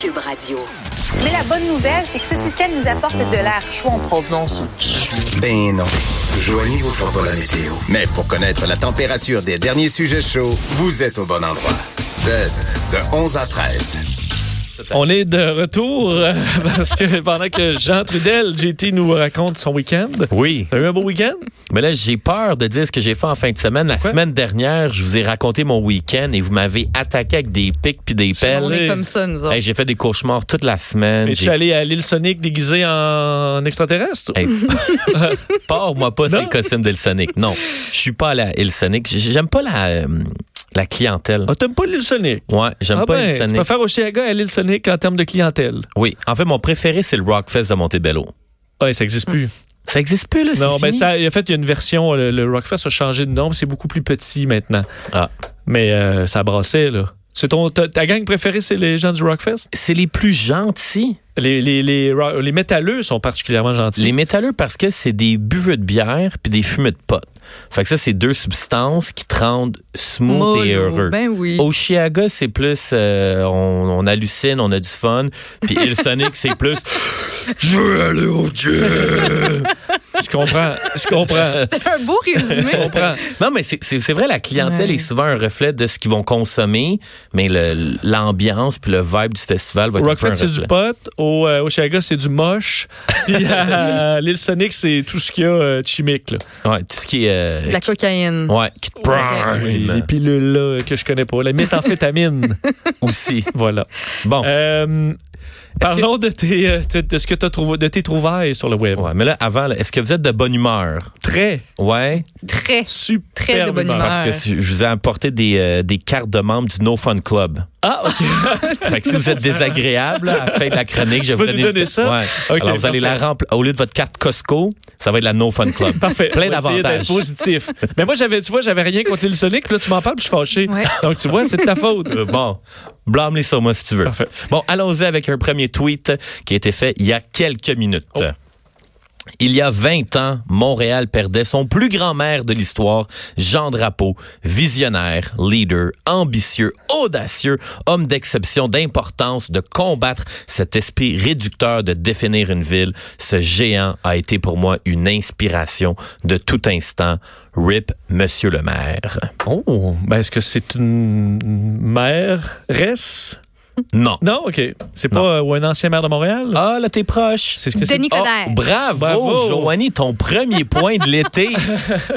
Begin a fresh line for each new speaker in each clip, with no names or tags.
Cube Radio.
Mais la bonne nouvelle, c'est que ce système nous apporte de l'air chaud en provenance.
Ben non. Joignez-vous pas la météo. Mais pour connaître la température des derniers sujets chauds, vous êtes au bon endroit. Test de 11 à 13.
On est de retour euh, parce que pendant que Jean Trudel, JT, nous raconte son week-end.
Oui.
T'as eu un beau week-end?
Mais là, j'ai peur de dire ce que j'ai fait en fin de semaine. La
Pourquoi?
semaine dernière, je vous ai raconté mon week-end et vous m'avez attaqué avec des pics puis des
On
On
pelles.
est
est
comme
comme ça, nous autres.
Hey, j'ai fait des cauchemars toute la semaine.
Mais tu
J'ai-
es allé à l'île Sonic déguisé en extraterrestre?
Hey, Pars-moi pas
Non.
ces costumes d'Il Sonic. Non, je suis pas à la Il Sonic. J'ai- J'aime pas la, euh, la clientèle.
Ah, t'aimes pas l'île Sonic?
Ouais, j'aime
Ah
pas
ben,
Il
tu
Sonic.
préfères Oshiaga à l'île Sonic en termes de clientèle.
Oui, en fait, mon préféré, c'est le Rockfest de Montebello.
Ouais, ça n'existe plus.
Ça existe plus, là,
Non,
Hum, c'est
ben
fini.
ça, en fait, il y a une version, le, le Rockfest a changé de nom, c'est beaucoup plus petit maintenant.
Ah.
Mais euh, ça brassait, là. C'est ton, ta, ta gang préférée, c'est les gens du Rockfest?
C'est les plus gentils,
Les, les, les, ro- les métalleux sont particulièrement gentils.
les métalleux, parce que c'est des buveux de bière puis des fumeux de potes. Fait que ça, c'est deux substances qui te rendent smooth
Mollo,
et heureux.
Ben oui.
Oshiaga, c'est plus euh, on, on hallucine, on a du fun. Puis Il Sonic, c'est plus je veux aller au Dieu.
Je comprends, je comprends,
C'est un beau
je
résumé.
comprends.
Non, mais c'est- c'est c'est vrai, la clientèle
Ouais.
est souvent un reflet de ce qu'ils vont consommer, mais le- l'ambiance puis le vibe du festival va
Au
être un peu
Rockfest,
un
c'est du
reflet.
pot. Au euh, Oshiaga, c'est du moche. Puis à l'île Sonic, c'est tout ce qu'il y a euh, de chimique. Là.
Ouais, tout ce qui est euh,
De la
qui-
cocaïne.
Ouais, qui te prime
Les, les pilules là, que je connais pas. La méthamphétamine.
aussi.
voilà.
Bon.
Euh, parlons de, tes, euh, de, de ce que tu trouvé, de tes trouvailles sur le web.
Ouais, mais là, avant, là, est-ce que vous êtes de bonne humeur?
Très,
Ouais.
Très.
super
Très de bonne humeur.
Parce que si- je vous ai apporté des, euh, des cartes de membres du No Fun Club.
Ah, OK.
Fait que si vous êtes désagréable, là, à la fin de la chronique,
Tu
je vais vous
vas
donner,
nous donner ça?
Ouais.
Ok,
Alors, vous allez la
parfait.
remplir. Au lieu de votre carte Costco, ça va être la No Fun Club.
Parfait.
Plein
On va essayer
d'avantages.
d'être positif. Mais moi, j'avais, tu vois, j'avais rien contre l'île Sonic. Puis là, tu m'en parles, puis je suis fâché.
Ouais.
Donc, tu vois, c'est de ta faute.
Euh, bon, blâme-les sur moi si tu veux.
Parfait.
Bon, allons-y avec un premier tweet qui a été fait il y a quelques minutes.
Oh.
Il y a 20 ans, Montréal perdait son plus grand maire de l'histoire, Jean Drapeau, visionnaire, leader, ambitieux, audacieux, homme d'exception, d'importance, de combattre cet esprit réducteur de définir une ville. Ce géant a été pour moi une inspiration de tout instant. RIP, Monsieur le maire.
Oh, ben est-ce que c'est une mère reste?
Non.
Non, OK. C'est
Non.
pas euh, ou un ancien maire de Montréal?
Ah, là, t'es proche.
C'est ce que c'est.
Denis Coderre.
Oh, bravo,
Bravo.
Joanie, ton premier point de l'été.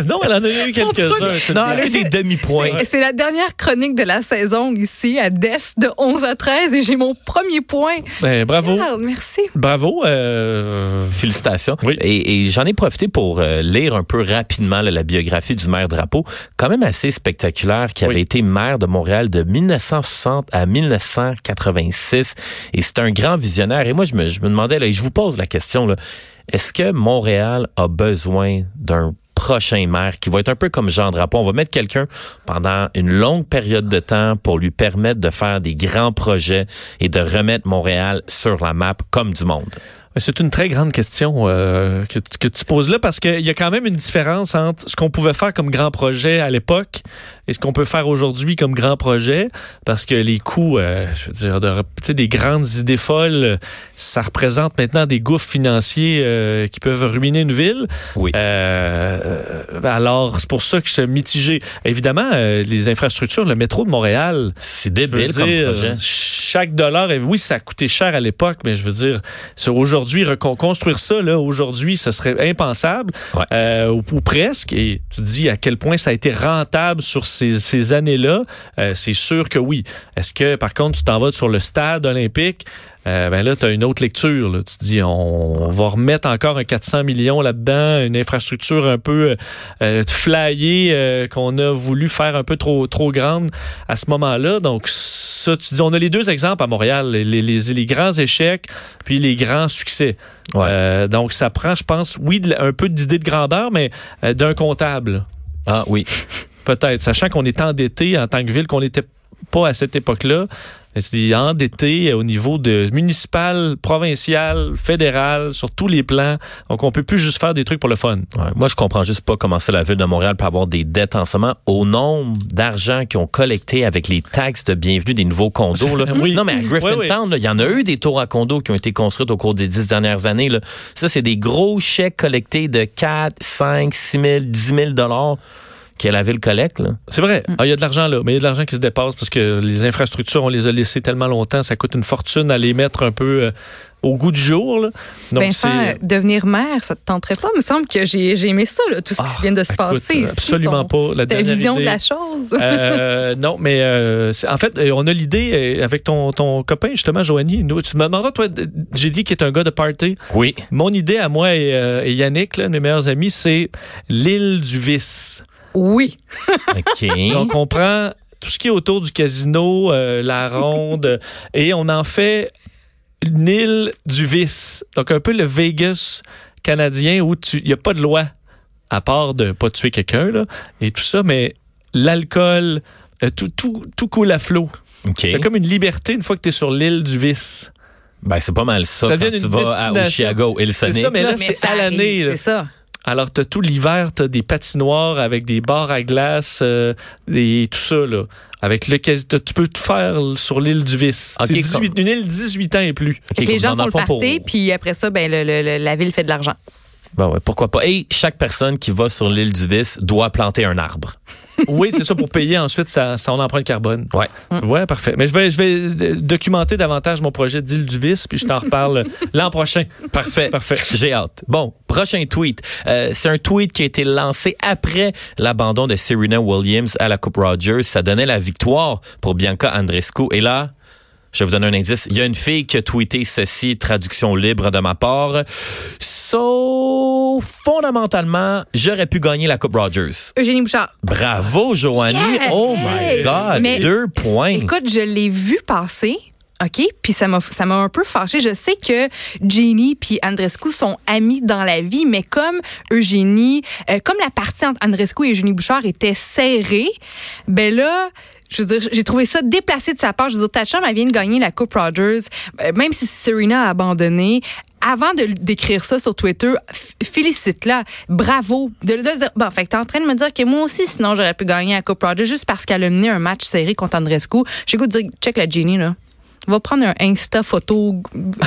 Non, elle en a eu quelques-uns. je te
non,
dis.
elle a eu des demi-points.
Et C'est la dernière chronique de la saison ici à DES de 11 à 13 et j'ai mon premier point.
Ben, bravo.
Ah, merci.
Bravo. euh,
Félicitations.
Oui.
Et, et j'en ai profité pour euh, lire un peu rapidement là, la biographie du maire Drapeau, quand même assez spectaculaire, qui
Oui.
avait été maire de Montréal de 1960 à 1986. Et c'est un grand visionnaire. Et moi, je me, je me demandais, là, et je vous pose la question, là, est-ce que Montréal a besoin d'un prochain maire qui va être un peu comme Jean Drapeau. On va mettre quelqu'un pendant une longue période de temps pour lui permettre de faire des grands projets et de remettre Montréal sur la map comme du monde.
C'est une très grande question euh, que, tu- que tu poses là parce qu'il y a quand même une différence entre ce qu'on pouvait faire comme grand projet à l'époque et ce qu'on peut faire aujourd'hui comme grand projet parce que les coûts, euh, je veux dire, de, tu sais, des grandes idées folles, ça représente maintenant des gouffres financiers euh, qui peuvent ruiner une ville.
Oui.
Euh, alors, c'est pour ça que je suis mitigé. Évidemment, euh, les infrastructures, le métro de Montréal,
C'est
je veux
débile comme
dire, euh,
projet.
Chaque dollar, et oui, ça a coûté cher à l'époque, mais je veux dire, sur- aujourd'hui, recon- construire ça, là, aujourd'hui, ça serait impensable,
Ouais.
euh, ou, ou presque. Et tu te dis à quel point ça a été rentable sur ces, ces années-là. Euh, c'est sûr que oui. Est-ce que, par contre, tu t'en vas sur le stade olympique? euh, ben là, tu as une autre lecture. là. Tu te dis, on, on va remettre encore un 400 millions là-dedans, une infrastructure un peu euh, flyée euh, qu'on a voulu faire un peu trop, trop grande à ce moment-là. Donc, ça, tu dis, on a les deux exemples à Montréal, les, les, les- les grands échecs puis les grands succès.
Ouais.
Euh, donc, ça prend, je pense, oui, de la- un peu d'idée de grandeur, mais euh, d'un comptable,
Ah oui.
peut-être. Sachant qu'on est endetté en tant que ville, qu'on n'était pas à cette époque-là. C'est endetté au niveau de municipal, provincial, fédéral, sur tous les plans. Donc, on peut plus juste faire des trucs pour le fun.
Ouais, moi, je comprends juste pas comment ça, la ville de Montréal peut avoir des dettes en ce moment au nombre d'argent qu'ils ont collecté avec les taxes de bienvenue des nouveaux condos. Là.
Oui.
Non, mais à
oui.
Griffintown, là, il y en a eu des tours à condos qui ont été construites au cours des dix dernières années. là. Ça, c'est des gros chèques collectés de 4, 5, 6 000, 10 000 dollars que la ville collecte. là.
C'est vrai.
Mm.
Ah, Il y a de l'argent là, mais il y a de l'argent qui se dépasse parce que les infrastructures, on les a laissées tellement longtemps, ça coûte une fortune à les mettre un peu euh, au goût du jour. là. Donc,
Vincent, euh,
c'est.
devenir maire, ça te tenterait pas? Il me semble que j'ai j'ai aimé ça, là, tout ce qui vient de se
ah, écoute,
passer. ici,
absolument
ton-
pas. La
Ta
dernière
vision
idée.
de la chose.
Euh, non, mais euh, c'est- en fait, euh, on a l'idée euh, avec ton, ton copain, justement, Joanie. Nous, tu me demanderas, toi, d- j'ai dit qu'il est un gars de party.
Oui.
Mon idée à moi et, euh, et Yannick, là, mes meilleurs amis, c'est l'île du vice.
Oui.
OK.
Donc, on prend tout ce qui est autour du casino, euh, la ronde, et on en fait une île du vice. Donc, un peu le Vegas canadien où tu- il n'y a pas de loi, à part de pas tuer quelqu'un là, et tout ça, mais l'alcool, euh, tout, tout, tout coule à flot.
OK.
C'est comme une liberté une fois que tu es sur l'île du vice.
Ben, c'est pas mal
Ça
ça, quand
devient
tu
une
vas à
destination.
Oshiaga, et
C'est
Sonic.
ça, mais là,
Mais
c'est
ça
à
arrive,
l'année. là.
C'est ça.
Alors, t'as tout l'hiver, t'as des patinoires avec des bars à glace euh, et tout ça, là. Avec le cas- t'as- tu peux tout faire sur l'île du Vice.
Ok,
C'est 18 une île 18 ans et plus.
OK,
Fait que
comme
les gens
dans le
font le
fond, pour-
party, puis après ça, ben, le- le- le- la ville fait de l'argent.
Ben ouais, pourquoi pas. Et chaque personne qui va sur l'île du Vice doit planter un arbre.
Oui, c'est ça pour payer ensuite sa- son empreinte carbone.
Ouais.
Ouais, parfait. Mais je vais, je vais euh, documenter davantage mon projet d'île du Vice, puis je t'en reparle l'an prochain.
Parfait.
Parfait.
J'ai hâte. Bon, prochain tweet. Euh, c'est un tweet qui a été lancé après l'abandon de Serena Williams à la Coupe Rogers. Ça donnait la victoire pour Bianca Andreescu. Et là, je vais vous donne un indice. Il y a une fille qui a tweeté ceci, traduction libre de ma part. Sauf, fondamentalement, j'aurais pu gagner la Coupe Rogers.
Eugénie Bouchard.
Bravo, Joanie.
Yeah!
Oh my
Hey!
God.
Mais-
Deux points.
Écoute, je l'ai vu passer. OK, puis ça m'a ça m'a un peu fâché. Je sais que Jenny puis Andrescu sont amis dans la vie, mais comme Eugénie, euh, comme la partie entre Andrescu et Eugénie Bouchard était serrée, ben là, je veux dire, j'ai trouvé ça déplacé de sa part. Je veux dire, Tatcham, elle vient de gagner la Coupe Rogers, Euh, même si Serena a abandonné. Avant de d'écrire ça sur Twitter, f- félicite-la, bravo. De, de dire, bon, fait que t'es en train de me dire que moi aussi, sinon j'aurais pu gagner la Coupe Rogers juste parce qu'elle a mené un match serré contre Andrescu. J'ai le goût de dire, check la Jenny, là. Va prendre un Insta photo,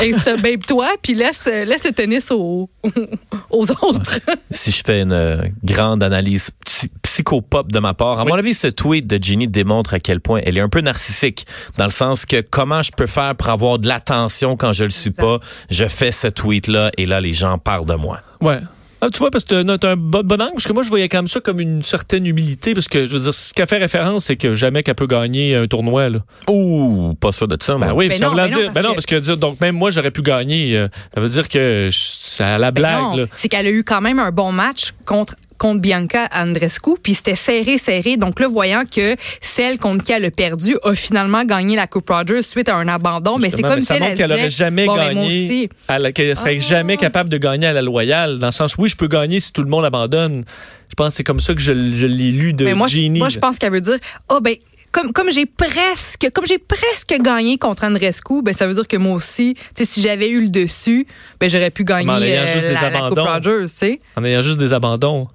Insta babe toi, puis laisse, euh, laisse le tennis aux, aux autres.
si je fais une euh, grande analyse psy- psychopop de ma part. À mon avis, ce tweet de Ginny démontre à quel point elle est un peu narcissique, dans le sens que comment je peux faire pour avoir de l'attention quand je le suis pas, je fais ce tweet-là et là, les gens parlent de moi.
Ouais. Ah, tu vois, parce que t'as- t'as un bon, bon angle, parce que moi, je voyais comme ça comme une certaine humilité, parce que je veux dire, ce qu'elle fait référence, c'est que jamais qu'elle peut gagner un tournoi, là.
Ouh, pas sûr de ça, moi.
Ben oui,
Ben
ça
non,
voulait
ben non,
dire.
parce
Ben non,
que-
parce que dire, donc même moi, j'aurais pu gagner. euh, ça veut dire que je- c'est à la blague,
Ben Non,
là.
c'est qu'elle a eu quand même un bon match contre contre Bianca Andrescu, puis c'était serré, serré. Donc là, voyant que celle contre qui elle a perdu a finalement gagné la Coupe Rogers suite à un abandon, Oh, mais c'est
Justement,
comme si
ça
elle,
montre
elle
qu'elle
disait,
n'aurait jamais
bon, ben, moi
gagné.
aussi. Ah.
à la- Qu'elle serait jamais capable de gagner à la loyale. Dans le sens, oui, je peux gagner si tout le monde abandonne. Je pense que c'est comme ça que je, l- je l'ai lu de
Mais Ben, moi, je-
Genie.
moi, je pense qu'elle veut dire, ah ben, comme, comme j'ai presque, comme j'ai presque gagné contre Andrescu, ben ça veut dire que moi aussi, tu sais, si j'avais eu le dessus, ben j'aurais pu gagner
en ayant
euh,
juste des
la, la Coupe
abandons.
Rogers, tu sais.
En ayant juste des abandons.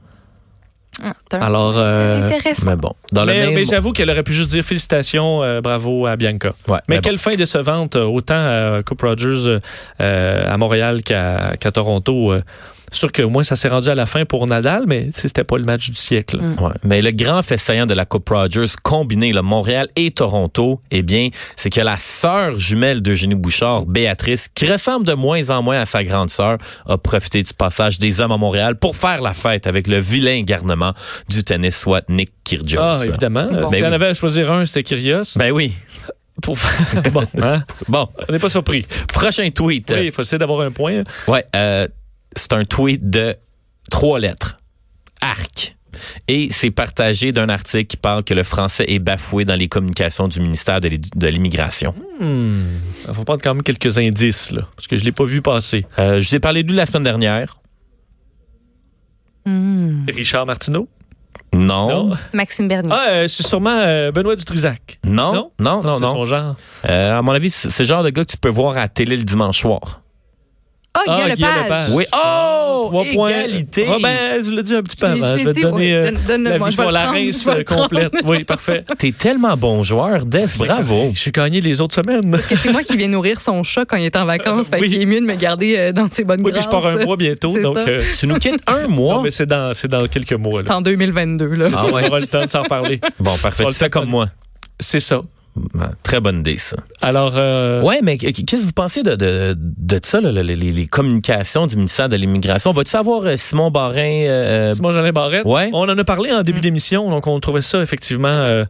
Ah, t'as un-
Alors. euh,
intéressant.
Mais bon, dans le
mais,
même...
mais j'avoue qu'elle aurait pu juste dire félicitations, euh, bravo à Bianca.
Ouais,
Mais
mais
quelle fin décevante, euh, autant à Coupe Rogers euh, euh, à Montréal qu'à qu'à Toronto. euh. sûr que au moins ça s'est rendu à la fin pour Nadal, mais tu sais, c'était pas le match du siècle.
Mm. Ouais. Mais le grand fait saillant de la Coupe Rogers, combiné le Montréal et Toronto, eh bien, c'est que la sœur jumelle d'Eugénie Bouchard, Béatrice, qui ressemble de moins en moins à sa grande sœur, a profité du passage des hommes à Montréal pour faire la fête avec le vilain garnement du tennis, soit Nick Kyrgios.
Ah, évidemment.
Bon.
Euh, Si
Ben
on
oui.
avait à choisir un, c'était Kyrgios.
Ben oui.
Pour faire- bon, hein?
Bon,
on n'est pas surpris.
prochain tweet.
Oui, il faut essayer d'avoir un point.
Ouais, euh, c'est un tweet de trois lettres. Arc. Et c'est partagé d'un article qui parle que le français est bafoué dans les communications du ministère de l'Édu- de l'Immigration.
Il faut prendre quand même quelques indices, là, parce que je l'ai pas vu passer.
Euh, je vous ai parlé de lui la semaine dernière.
Richard Martineau?
Non.
Non.
Maxime Bernier.
Ah, euh, c'est sûrement euh, Benoît Dutrisac.
Non, non, non,
C'est
non.
son genre.
Euh, à mon avis, c'est c'est le genre de gars que tu peux voir à la télé le dimanche soir.
Ah, Guy
Ah, Guy
Lepage.
Lepage.
Oui. Oh!
Trois points.
Égalité!
Ah ben, je l'ai dit un petit peu
Je-
avant. Je,
je l'ai
vais te
dit, oui.
donner euh,
Donne- donne-le
la
moi,
vie
je vais
pour
le
la
prendre,
race
je vais le
euh, complète. Oui, parfait.
T'es tellement bon joueur, Def. Bravo.
Je suis gagné les autres semaines.
Parce que c'est moi qui viens nourrir son chat quand il est en vacances. Fait
Oui.
qu'il est mieux de me garder euh, dans ses bonnes
Oui, puis
grâces.
je pars un mois bientôt,
C'est
donc...
ça.
euh,
Tu nous quittes un
non,
mois.
mais c'est dans, c'est dans quelques mois.
C'est
Là.
en 2022, là.
C'est
Ah
ça,
ouais.
On aura le temps de s'en parler.
Bon, parfait.
On le
Tu fais
fait
comme
pas.
moi.
C'est ça.
Ouais, Très bonne idée, ça.
Alors, euh,
Ouais, mais qu- qu'est-ce que vous pensez de, de, de ça, là, les, les- les communications du ministère de l'Immigration? Va-tu savoir euh, Simon Barin? euh,
Simon Jolin Barrette,
Ouais.
on en a parlé en début d'émission, donc on trouvait ça effectivement euh,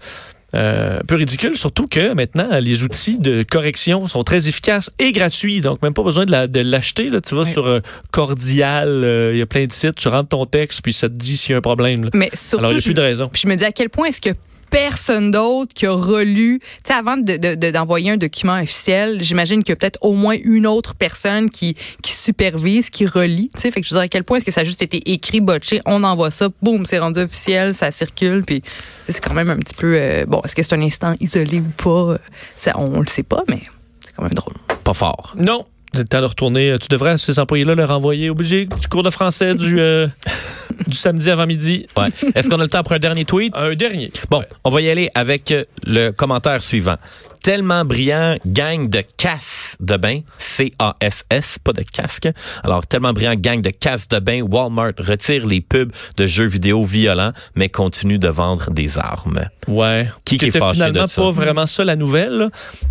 euh, un peu ridicule, surtout que maintenant, les outils de correction sont très efficaces et gratuits, donc même pas besoin de la- de l'acheter. là. tu vas sur euh, Cordial, euh, il y a plein de sites, tu rentres ton texte, puis ça te dit s'il y a un problème. là.
Mais surtout,
Alors, il n'y a
je,
plus de raison.
puis je me dis à quel point est-ce que personne d'autre qui a relu, tu sais, avant de- de- de- d'envoyer un document officiel, j'imagine qu'il y a peut-être au moins une autre personne qui, qui supervise, qui relit, tu sais, fait que je veux dire à quel point est-ce que ça a juste été écrit, botché, on envoie ça, boum, c'est rendu officiel, ça circule, puis tu sais, c'est quand même un petit peu, euh, bon, est-ce que c'est un instant isolé ou pas, Euh, ça, on le sait pas, mais c'est quand même drôle.
Pas fort.
Non. C'est le temps de retourner. Euh, Tu devrais, à ces employés-là, leur renvoyer obligé du cours de français du, euh, du samedi avant midi.
Ouais. Est-ce qu'on a le temps pour un dernier tweet?
Un dernier.
Bon, on va y aller avec euh, le commentaire suivant. Tellement brillant, gang de casse de bain, C-A-S-S, pas de casque. Alors, tellement brillant, gang de casse de bain, Walmart retire les pubs de jeux vidéo violents, mais continue de vendre des armes.
Ouais.
Qui qui est
était
fâché
finalement
de ça?
pas vraiment ça la nouvelle. là.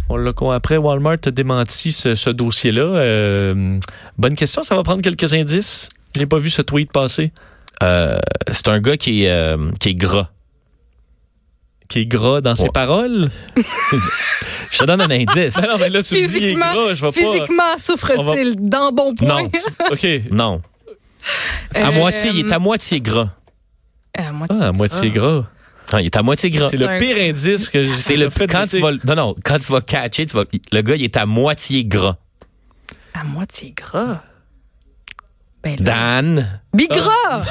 On l'a con- après Walmart a démenti ce, ce dossier-là. Euh, bonne question. Ça va prendre quelques indices. Je n'ai pas vu ce tweet passer.
Euh, c'est un gars qui est, euh, qui est gras.
Qui est gras dans ses
Ouais.
paroles.
Je te donne un indice.
Ah non, mais là, tu me dis, il est
Physiquement,
gras. Je vais pas. euh,
Physiquement, souffre-t-il d'un bon point?
Non.
OK.
Non. À
Euh,
moitié, il est à moitié gras.
Euh, moi, tu-
Ah, à moitié gras.
Ah, il est à moitié gras.
C'est le
un-
pire indice que j'ai
C'est le
fait
quand tu
douter.
vas non non quand tu vas catcher tu vas le gars il est à moitié gras
Ah.
À moitié gras. Ben là.
Dan
Bigra!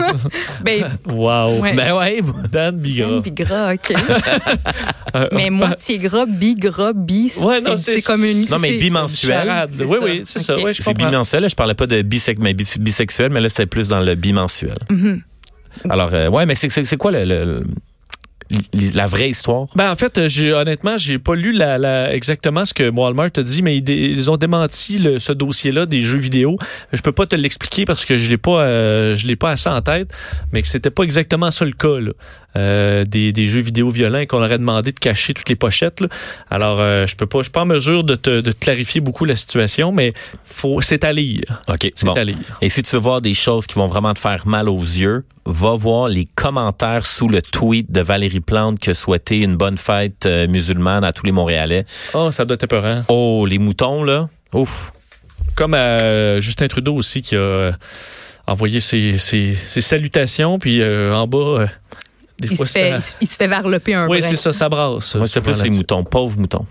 ben,
Wow.
ouais.
ben ouais
Dan Bigra.
Bigra, OK. mais moitié gras, bigra, bi,
Ouais, non,
c'est-
c'est-
c'est comme une...
Non, mais
c'est-
bimensuel.
Charade.
C'est
Oui,
ça.
oui, c'est ça.
Ok.
Ouais, je
c'est
comprends.
bimensuel là, je parlais pas de bisex- mais bi- bisexuel mais là c'était plus dans le bimensuel
Mm-hmm.
alors euh, ouais mais c'est c'est c'est quoi le, le- le- la vraie histoire
Ben, en fait, euh, j'ai, honnêtement, j'ai pas lu la, la- exactement ce que Walmart a dit, mais ils, dé- ils ont démenti le- ce dossier-là des jeux vidéo. Je peux pas te l'expliquer parce que je l'ai pas, euh, je l'ai pas assez en tête, mais que c'était pas exactement ça le cas là. Euh, des, des jeux vidéo violents et qu'on aurait demandé de cacher toutes les pochettes. là. Alors, euh, je peux pas, je suis pas en mesure de te, de te clarifier beaucoup la situation, mais faut, c'est à lire,
ok
c'est à lire.
Et si tu veux voir des choses qui vont vraiment te faire mal aux yeux, va voir les commentaires sous le tweet de Valérie Plante que souhaitait une bonne fête euh, musulmane à tous les Montréalais.
Oh, ça doit être épeurant.
Oh, les moutons, là. Ouf.
Comme à Justin Trudeau aussi qui a euh, envoyé ses, ses- ses salutations, puis euh, en bas, euh, des
Il se,
fois
fait,
ça-
il se- il se fait varloper un
Oui,
brin.
c'est ça, ça brasse.
Moi, c'est
Souvent
plus les
là-dessus.
moutons. Pauvres moutons.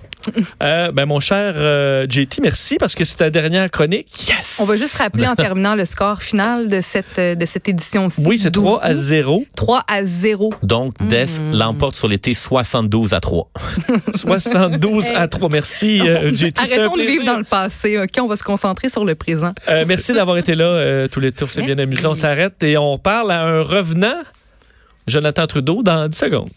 Euh, ben, mon cher euh, JT, merci parce que c'est ta dernière chronique.
Yes!
On va juste rappeler en terminant le score final de cette, euh, de cette édition-ci.
Oui, c'est
12
3 à 0.
3 à 0.
Donc, Death l'emporte sur l'été 72 à 3.
72 à 3. Merci, euh, JT. c'était un
Arrêtons de
plaisir.
vivre dans le passé, OK? On va se concentrer sur le présent.
Euh, merci d'avoir été là euh, tous les tours. C'est bien
Merci.
amusé. On s'arrête et on parle à un revenant, Jonathan Trudeau, dans 10 secondes.